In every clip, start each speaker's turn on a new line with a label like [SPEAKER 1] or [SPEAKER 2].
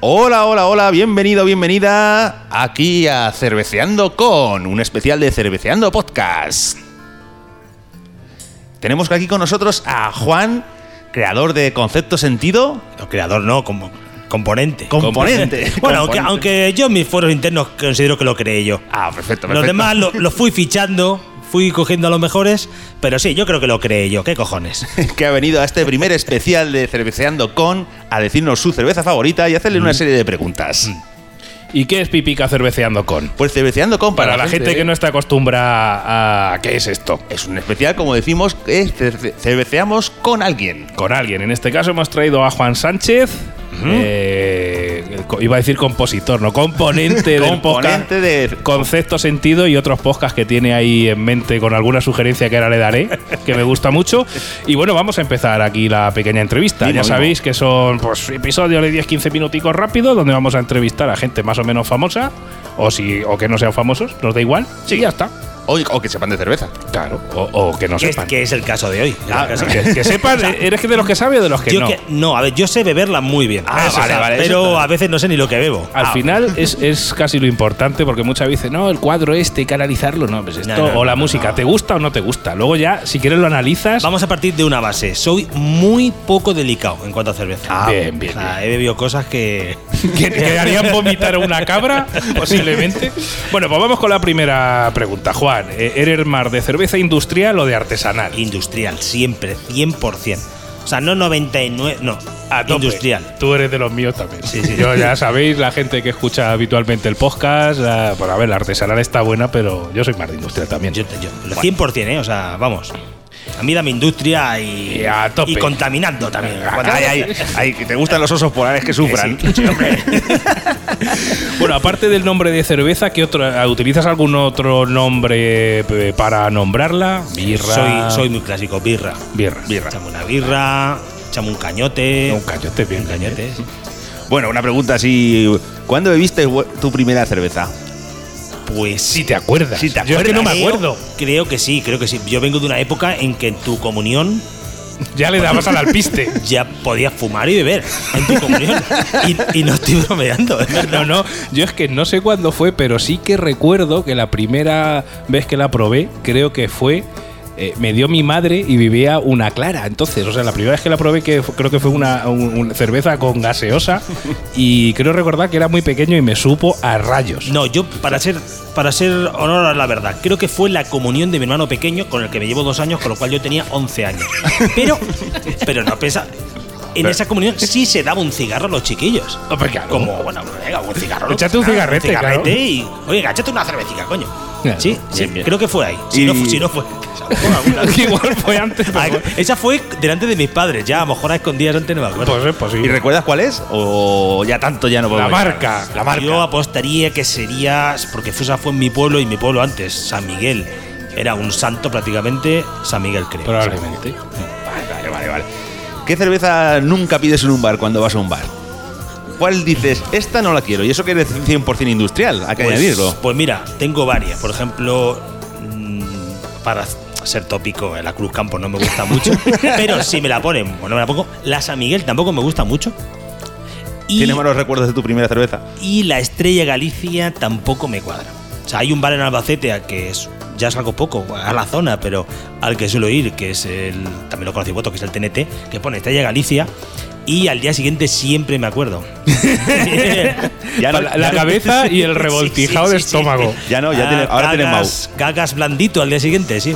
[SPEAKER 1] Hola, hola, hola, bienvenido, bienvenida aquí a Cerveceando con un especial de Cerveceando Podcast. Tenemos aquí con nosotros a Juan, creador de Concepto Sentido.
[SPEAKER 2] No, creador no, como componente.
[SPEAKER 1] Componente. Componente.
[SPEAKER 2] bueno, Aunque, aunque yo en mis foros internos considero que lo creé yo.
[SPEAKER 1] Ah, perfecto, perfecto.
[SPEAKER 2] Los demás lo- los fui fichando, fui cogiendo a los mejores, pero sí, yo creo que lo creé yo. ¿Qué cojones?
[SPEAKER 1] que ha venido a este primer especial de Cerveceando con a decirnos su cerveza favorita y hacerle
[SPEAKER 3] Mm.
[SPEAKER 1] una serie de preguntas.
[SPEAKER 3] ¿Y qué es pipica cerveceando con?
[SPEAKER 1] Pues Cerveceando con
[SPEAKER 3] Para la gente,
[SPEAKER 1] ¿eh?
[SPEAKER 3] que no está acostumbrada a qué es esto.
[SPEAKER 1] Es un especial, como decimos, que cerve- cerveceamos con alguien.
[SPEAKER 3] Con alguien. En este caso hemos traído a Juan Sánchez. eh, co- iba a decir compositor, no componente del podcast.
[SPEAKER 1] Componente de...
[SPEAKER 3] Concepto, sentido y otros podcasts que tiene ahí en mente con alguna sugerencia que ahora le daré, que me gusta mucho. Y bueno, vamos a empezar aquí la pequeña entrevista.
[SPEAKER 1] Mimo,
[SPEAKER 3] ya
[SPEAKER 1] mimo.
[SPEAKER 3] sabéis que son pues, episodios de 10-15 minuticos rápidos donde vamos a entrevistar a gente más o menos famosa o, si, o que no sean famosos, nos da igual. Sí, ya está.
[SPEAKER 1] O, o que sepan de cerveza.
[SPEAKER 3] Claro, o, o que no
[SPEAKER 2] Que es,
[SPEAKER 3] sepan.
[SPEAKER 2] que es el caso de hoy.
[SPEAKER 3] Ah,
[SPEAKER 2] Es el caso-
[SPEAKER 3] que, que sepan, ¿eres de los que sabe o de los que
[SPEAKER 2] yo
[SPEAKER 3] no?
[SPEAKER 2] que- no, a ver, yo sé beberla muy bien.
[SPEAKER 1] Ah,
[SPEAKER 2] Eso
[SPEAKER 1] vale,
[SPEAKER 2] está.
[SPEAKER 1] vale, eso
[SPEAKER 2] Pero
[SPEAKER 1] está.
[SPEAKER 2] a veces no sé ni lo que bebo. Ah,
[SPEAKER 3] Al final es, es casi lo importante porque muchas veces dicen, no, el cuadro este hay que analizarlo. No, pues esto,
[SPEAKER 2] No, no,
[SPEAKER 3] o la
[SPEAKER 2] no,
[SPEAKER 3] música,
[SPEAKER 2] no.
[SPEAKER 3] ¿te gusta o no te gusta? Luego ya, si quieres lo analizas.
[SPEAKER 2] Vamos a partir de una base. Soy muy poco delicado en cuanto a cerveza.
[SPEAKER 1] Ah,
[SPEAKER 3] bien, bien,
[SPEAKER 2] O sea, he bebido cosas que.
[SPEAKER 3] que que harían vomitar a una cabra, posiblemente. Bueno, pues vamos con la primera pregunta, Juan. Eh, ¿Eres más de cerveza industrial o de artesanal?
[SPEAKER 2] Industrial, siempre, 100%. O sea, no 99, no.
[SPEAKER 3] A tope.
[SPEAKER 2] Industrial.
[SPEAKER 3] Tú eres de los míos también.
[SPEAKER 2] Sí, sí.
[SPEAKER 3] Yo ya sabéis, la gente que escucha habitualmente el podcast, la- bueno, a ver, la artesanal está buena, pero yo soy más de industrial también.
[SPEAKER 2] Yo, yo, 100%, ¿eh? O sea, vamos. A mí dame industria y,
[SPEAKER 3] Y a tope.
[SPEAKER 2] y contaminando también. Cuando-
[SPEAKER 1] Ay, ay, ay, que te gustan los osos polares que sufran.
[SPEAKER 3] Bueno, aparte del nombre de cerveza, ¿qué otro, ¿utilizas algún otro nombre eh, para nombrarla?
[SPEAKER 2] Soy, soy muy clásico, birra.
[SPEAKER 3] birra.
[SPEAKER 2] Echame una birra, echame un cañote.
[SPEAKER 3] Un ¿Eh? cañote, bien,
[SPEAKER 2] Un cañote. sí.
[SPEAKER 1] Bueno, una pregunta así. ¿Cuándo bebiste bu- tu primera cerveza?
[SPEAKER 2] Pues
[SPEAKER 3] Si te acuerdas.
[SPEAKER 1] Si te
[SPEAKER 3] Yo es que no me
[SPEAKER 2] creo-
[SPEAKER 3] acuerdo.
[SPEAKER 2] ¿eh? Creo que sí, creo que sí. Yo vengo de una época en que en tu comunión
[SPEAKER 3] Ya le dabas al alpiste.
[SPEAKER 2] ya podías fumar y beber. En tu comunión. y, y no estoy bromeando. ¿eh? es verdad.
[SPEAKER 3] No, no, yo es que no sé cuándo fue, pero sí que recuerdo que la primera vez que la probé, creo que fue, eh, me dio mi madre y vivía una clara. Entonces, o sea, la primera vez que la probé, que fu- creo que fue una, un- una cerveza con gaseosa, y creo recordar que era muy pequeño y me supo a rayos.
[SPEAKER 2] No, yo para ser para ser honor a la verdad, creo que fue la comunión de mi hermano pequeño con el que me llevo dos años, con lo cual yo tenía 11 años. Pero, pero no pesa. En esa comunión sí se daba un cigarro a los chiquillos.
[SPEAKER 3] No, pues claro.
[SPEAKER 2] Como, bueno, venga, un cigarro.
[SPEAKER 3] Échate un
[SPEAKER 2] Claro,
[SPEAKER 3] cigarrete, claro.
[SPEAKER 2] y, oye, échate una cervecita, coño.
[SPEAKER 3] Claro.
[SPEAKER 2] Sí, sí,
[SPEAKER 1] bien.
[SPEAKER 2] creo que fue ahí. Si, no,
[SPEAKER 1] Y-
[SPEAKER 2] fu- si no fue.
[SPEAKER 3] Igual fue antes. pero
[SPEAKER 2] Ay,
[SPEAKER 3] bueno.
[SPEAKER 2] Esa fue delante de mis padres, ya a lo mejor a escondidas antes no me acuerdo.
[SPEAKER 3] Pues es posible.
[SPEAKER 1] ¿Y recuerdas cuál es? ¿O ya tanto ya no
[SPEAKER 3] la
[SPEAKER 1] podemos
[SPEAKER 3] marca, la marca.
[SPEAKER 2] Yo apostaría que sería, porque Fusa fue en mi pueblo y mi pueblo antes, San Miguel. Era un santo prácticamente, San Miguel creo.
[SPEAKER 3] Probablemente.
[SPEAKER 1] Vale, vale, vale, vale. ¿Qué cerveza nunca pides en un bar cuando vas a un bar? ¿Cuál dices, esta no la quiero? Y eso que eres 100% industrial, hay que
[SPEAKER 2] Pues-
[SPEAKER 1] añadirlo.
[SPEAKER 2] Pues mira, tengo varias. Por ejemplo, mm, para ser tópico, la Cruz Campo no me gusta mucho. pero si me la ponen, o no me la pongo. La San Miguel tampoco me gusta mucho. Y,
[SPEAKER 1] ¿Tienes malos recuerdos de tu primera cerveza?
[SPEAKER 2] y la Estrella Galicia tampoco me cuadra. O sea, hay un bar en Albacete al que es, ya salgo poco a la zona, pero al que suelo ir, que es el, también lo conocí voto, que es el TNT, que pone Estrella Galicia, y al día siguiente siempre me acuerdo.
[SPEAKER 1] Ya no,
[SPEAKER 3] la,
[SPEAKER 1] ya
[SPEAKER 3] la
[SPEAKER 1] no-
[SPEAKER 3] cabeza y el
[SPEAKER 2] Sí,
[SPEAKER 3] revoltijado
[SPEAKER 2] sí,
[SPEAKER 3] de
[SPEAKER 2] sí,
[SPEAKER 3] estómago.
[SPEAKER 2] sí.
[SPEAKER 1] Ya no, ya tiene- ahora tiene
[SPEAKER 2] cagas- Cagas blandito al día siguiente, sí.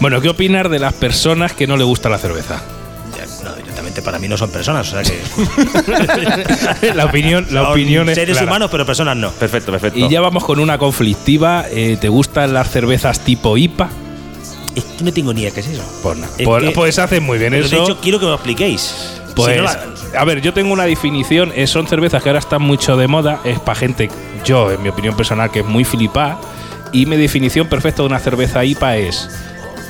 [SPEAKER 3] Bueno, ¿qué opinas de las personas que no le gusta la cerveza?
[SPEAKER 2] Ya, No, directamente para mí no son personas, o sea que.
[SPEAKER 3] la opinión, la
[SPEAKER 2] son
[SPEAKER 3] opinión es
[SPEAKER 2] Seres
[SPEAKER 3] clara.
[SPEAKER 2] humanos, pero personas no.
[SPEAKER 1] Perfecto, perfecto.
[SPEAKER 3] Y ya vamos con una conflictiva. eh, ¿Te gustan las cervezas tipo IPA?
[SPEAKER 2] Es que no tengo ni idea qué es eso.
[SPEAKER 3] Pues, nada.
[SPEAKER 2] Es
[SPEAKER 3] Pues-
[SPEAKER 2] que-
[SPEAKER 3] pues hacen muy bien
[SPEAKER 2] Pero de
[SPEAKER 3] eso.
[SPEAKER 2] hecho, quiero que me lo expliquéis.
[SPEAKER 3] Pues,
[SPEAKER 2] Si no la-
[SPEAKER 3] a ver, yo tengo una definición. eh, son cervezas que ahora están mucho de moda. Es para gente, yo, en mi opinión personal, que es muy flipada. Y mi definición perfecta de una cerveza IPA es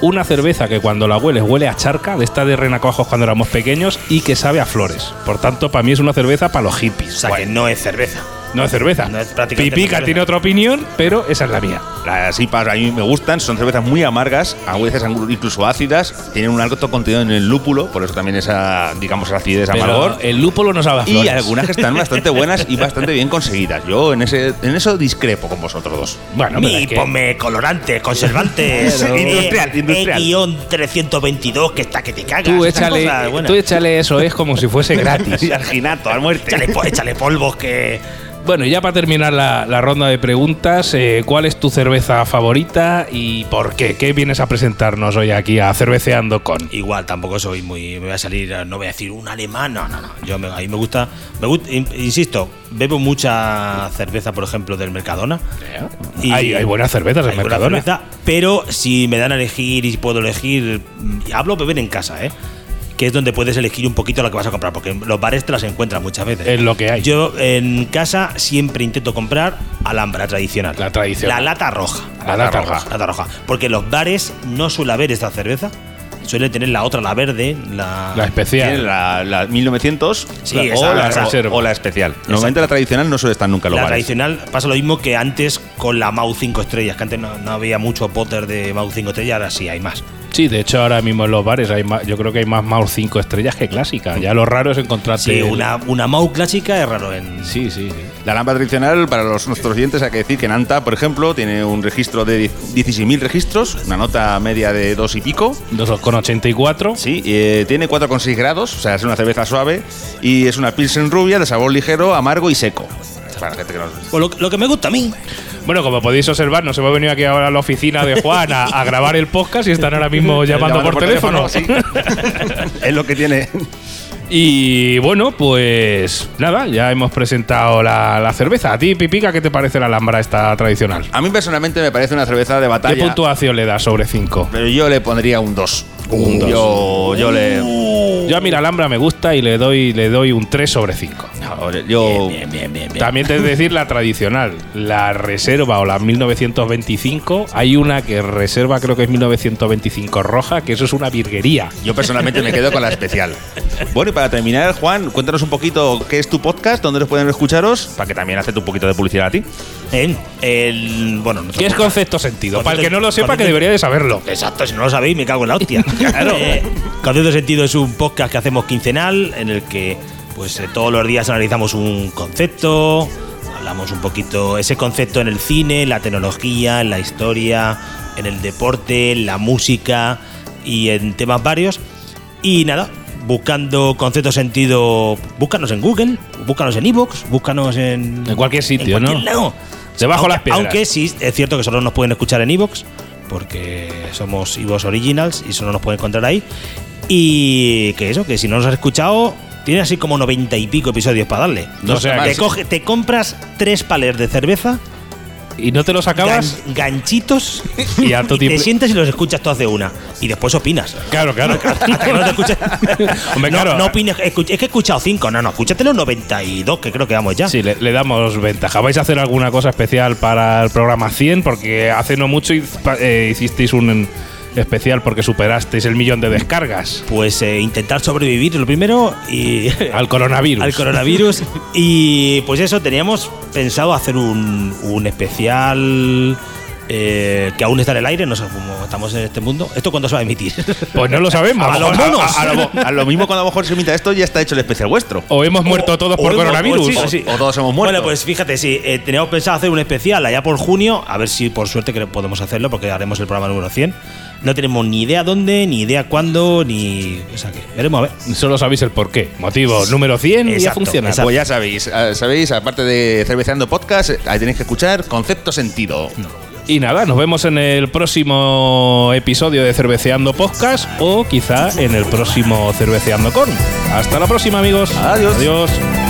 [SPEAKER 3] una cerveza que cuando la hueles huele a charca, de esta de renacojos cuando éramos pequeños, y que sabe a flores. Por tanto, para mí es una cerveza para los
[SPEAKER 2] o
[SPEAKER 3] hippies.
[SPEAKER 2] sea, que no es cerveza.
[SPEAKER 3] No es cerveza.
[SPEAKER 2] No es prácticamente
[SPEAKER 3] Pipica
[SPEAKER 2] cerveza.
[SPEAKER 3] tiene otra opinión, pero esa es la mía.
[SPEAKER 1] Las IPAs a mí me gustan, son cervezas muy amargas, a veces incluso ácidas, tienen un alto contenido en el lúpulo, por eso también esa, digamos, acidez amargor.
[SPEAKER 3] Pero el lúpulo no sabe a
[SPEAKER 1] Y
[SPEAKER 3] flores.
[SPEAKER 1] algunas que están bastante buenas y bastante bien conseguidas. Yo en ese en eso discrepo con vosotros dos.
[SPEAKER 3] Bueno, pero
[SPEAKER 2] Y
[SPEAKER 3] es que-
[SPEAKER 2] ponme colorante, conservante, eh,
[SPEAKER 1] Claro. Industrial, industrial.
[SPEAKER 2] guión 322 que está que te cagas.
[SPEAKER 3] Tú
[SPEAKER 2] Estas
[SPEAKER 3] échale, eh,
[SPEAKER 2] cosas buenas.
[SPEAKER 3] tú échale eso, es como si fuese gratis.
[SPEAKER 1] Arginato, a muerte.
[SPEAKER 2] échale, po- échale polvos que
[SPEAKER 3] Bueno, ya para terminar la, la ronda de preguntas, eh, ¿cuál es tu cerveza favorita y por qué? ¿Qué vienes a presentarnos hoy aquí a Cerveceando con?
[SPEAKER 2] igual tampoco soy muy me voy a salir no voy a decir un alemán no no no yo me, a mí me gusta me gusta insisto bebo mucha cerveza por ejemplo del Mercadona eh, Y-
[SPEAKER 3] hay, hay buenas cervezas en
[SPEAKER 2] Hay buena
[SPEAKER 3] Mercadona.
[SPEAKER 2] cerveza, pero si me dan a elegir y puedo elegir, mm, hablo beber en casa, ¿eh? Que es donde puedes elegir un poquito la que vas a comprar, porque en los bares te las encuentras muchas veces.
[SPEAKER 3] Es lo que hay.
[SPEAKER 2] Yo en casa siempre intento comprar alhambra tradicional.
[SPEAKER 3] La tradicional.
[SPEAKER 2] La lata roja.
[SPEAKER 3] La lata roja.
[SPEAKER 2] Lata roja. Porque en los bares no suele haber esta cerveza. Suele tener la otra, la verde, la.
[SPEAKER 3] La
[SPEAKER 1] Tiene
[SPEAKER 3] especial.
[SPEAKER 1] la, la 1900
[SPEAKER 2] Sí,
[SPEAKER 1] la-
[SPEAKER 2] esa,
[SPEAKER 1] o, la,
[SPEAKER 2] esa.
[SPEAKER 1] o la especial. Normalmente la tradicional no suele estar nunca en los
[SPEAKER 2] La
[SPEAKER 1] bares.
[SPEAKER 2] tradicional pasa lo mismo que antes con la Mau 5 estrellas, que antes no, no había mucho Potter de Mau 5 estrellas, ahora sí hay más.
[SPEAKER 3] Sí, de hecho ahora mismo en los bares hay más, yo creo que hay más Maus 5 estrellas que clásica. Ya lo raro es encontrarte...
[SPEAKER 2] Sí,
[SPEAKER 3] el-
[SPEAKER 2] una, una Mau clásica es raro en.
[SPEAKER 3] Sí, sí, sí.
[SPEAKER 1] La lámpara tradicional, para los nuestros oyentes, hay que decir que en Anta, por ejemplo, tiene un registro de 16.000 registros, una nota media de dos y pico.
[SPEAKER 3] Dos con 84.
[SPEAKER 1] Sí, eh, tiene 4,6 grados, o sea, es una cerveza suave y es una pilsen rubia de sabor ligero, amargo y seco. Para la gente que no-
[SPEAKER 2] Pues lo, lo que me gusta a mí.
[SPEAKER 3] Bueno, como podéis observar, nos hemos venido aquí ahora a la oficina de Juan a, a grabar el podcast y están ahora mismo llamando por teléfono.
[SPEAKER 1] sí. es lo que tiene.
[SPEAKER 3] Y bueno, pues nada, ya hemos presentado la, la cerveza. A ti, Pipica, ¿qué te parece la Alhambra esta tradicional?
[SPEAKER 1] A mí personalmente me parece una cerveza de
[SPEAKER 3] ¿Qué
[SPEAKER 1] batalla.
[SPEAKER 3] puntuación le das sobre 5?
[SPEAKER 1] Pero yo le pondría un 2.
[SPEAKER 3] Un dos.
[SPEAKER 1] Yo, yo le.
[SPEAKER 3] Yo a mí la Alhambra me gusta y le doy, le doy un 3 sobre 5.
[SPEAKER 1] Joder, Yo.
[SPEAKER 2] Bien, bien, bien, bien.
[SPEAKER 3] También te he de decir la tradicional, la reserva o la 1925. Hay una que reserva, creo que es 1925 roja, que eso es una virguería.
[SPEAKER 1] Yo personalmente me quedo con la especial. Bueno, y para terminar, Juan, cuéntanos un poquito qué es tu podcast, dónde nos pueden escucharos, para que también hacerte un poquito de publicidad a ti.
[SPEAKER 2] En el. Bueno, no
[SPEAKER 3] ¿Qué es concepto sentido? Para el que no lo sepa,
[SPEAKER 2] Concepto-
[SPEAKER 3] que debería de saberlo.
[SPEAKER 2] Exacto, si no lo sabéis, me cago en la hostia. claro. Concepto Sentido es un podcast que hacemos quincenal en el que pues eh, todos los días analizamos un concepto, hablamos un poquito ese concepto en el cine, en la tecnología, en la historia, en el deporte, en la música y en temas varios. Y nada, buscando Concepto Sentido, búscanos en Google, búscanos en Evox, búscanos en
[SPEAKER 3] En cualquier sitio,
[SPEAKER 2] en
[SPEAKER 3] ¿no?
[SPEAKER 2] cualquier lado.
[SPEAKER 3] Debajo
[SPEAKER 2] Aunque-
[SPEAKER 3] las piedras.
[SPEAKER 2] Aunque sí, es cierto que solo nos pueden escuchar en Evox, porque somos Evox Originals y solo nos pueden encontrar ahí. Y que eso, que si no nos has escuchado, tienes así como noventa y pico episodios para darle.
[SPEAKER 3] No
[SPEAKER 1] O sea,
[SPEAKER 3] sé,
[SPEAKER 1] más.
[SPEAKER 2] te, coge- te compras tres palers de cerveza,
[SPEAKER 3] Y no te los acabas.
[SPEAKER 2] gan- ganchitos,
[SPEAKER 3] Y a tu
[SPEAKER 2] y te
[SPEAKER 3] tipo-
[SPEAKER 2] sientas y los escuchas todas de una. Y después opinas.
[SPEAKER 3] Claro, claro.
[SPEAKER 2] Hasta que no te escuches.
[SPEAKER 3] Hombre,
[SPEAKER 2] no,
[SPEAKER 3] claro.
[SPEAKER 2] no opines. escu- Es que he escuchado cinco. No, no, escúchate los 92, que creo que vamos ya.
[SPEAKER 3] Sí, le, le damos ventaja. ¿Vais a hacer alguna cosa especial para el programa 100? Porque hace no mucho hiz- pa- eh, hicisteis un especial porque superasteis el millón de descargas
[SPEAKER 2] Pues eh, intentar sobrevivir lo primero y
[SPEAKER 3] al coronavirus.
[SPEAKER 2] al coronavirus. Y pues eso, teníamos pensado hacer un, un especial eh, que aún está en el aire, no sé cómo estamos en este mundo. ¿Esto cuándo se va a emitir?
[SPEAKER 3] Pues no lo sabemos.
[SPEAKER 2] A los monos.
[SPEAKER 1] A lo, a lo mismo cuando a lo mejor se emita esto, ya está hecho el especial vuestro.
[SPEAKER 3] O hemos muerto todos por
[SPEAKER 2] O- o-
[SPEAKER 3] coronavirus.
[SPEAKER 2] o- sí, sí.
[SPEAKER 1] O todos hemos muerto.
[SPEAKER 2] Bueno, pues fíjate, sí, eh, teníamos pensado hacer un especial allá por junio, a ver si por suerte que podemos hacerlo, porque haremos el programa número 100. No tenemos ni idea dónde, ni idea cuándo, ni. O sea que veremos a ver.
[SPEAKER 3] Solo sabéis el porqué. Motivo número 100 y ya
[SPEAKER 2] Exacto,
[SPEAKER 3] funciona.
[SPEAKER 2] exacto.
[SPEAKER 1] Pues ya sabéis, eh, sabéis, aparte de Cerveceando Podcast, eh, ahí tenéis que escuchar Concepto Sentido.
[SPEAKER 3] Y nada, nos vemos en el próximo episodio de Cerveceando Podcast o quizá en el próximo Cerveceando con. Hasta la próxima, amigos.
[SPEAKER 1] Adiós.
[SPEAKER 3] Adiós.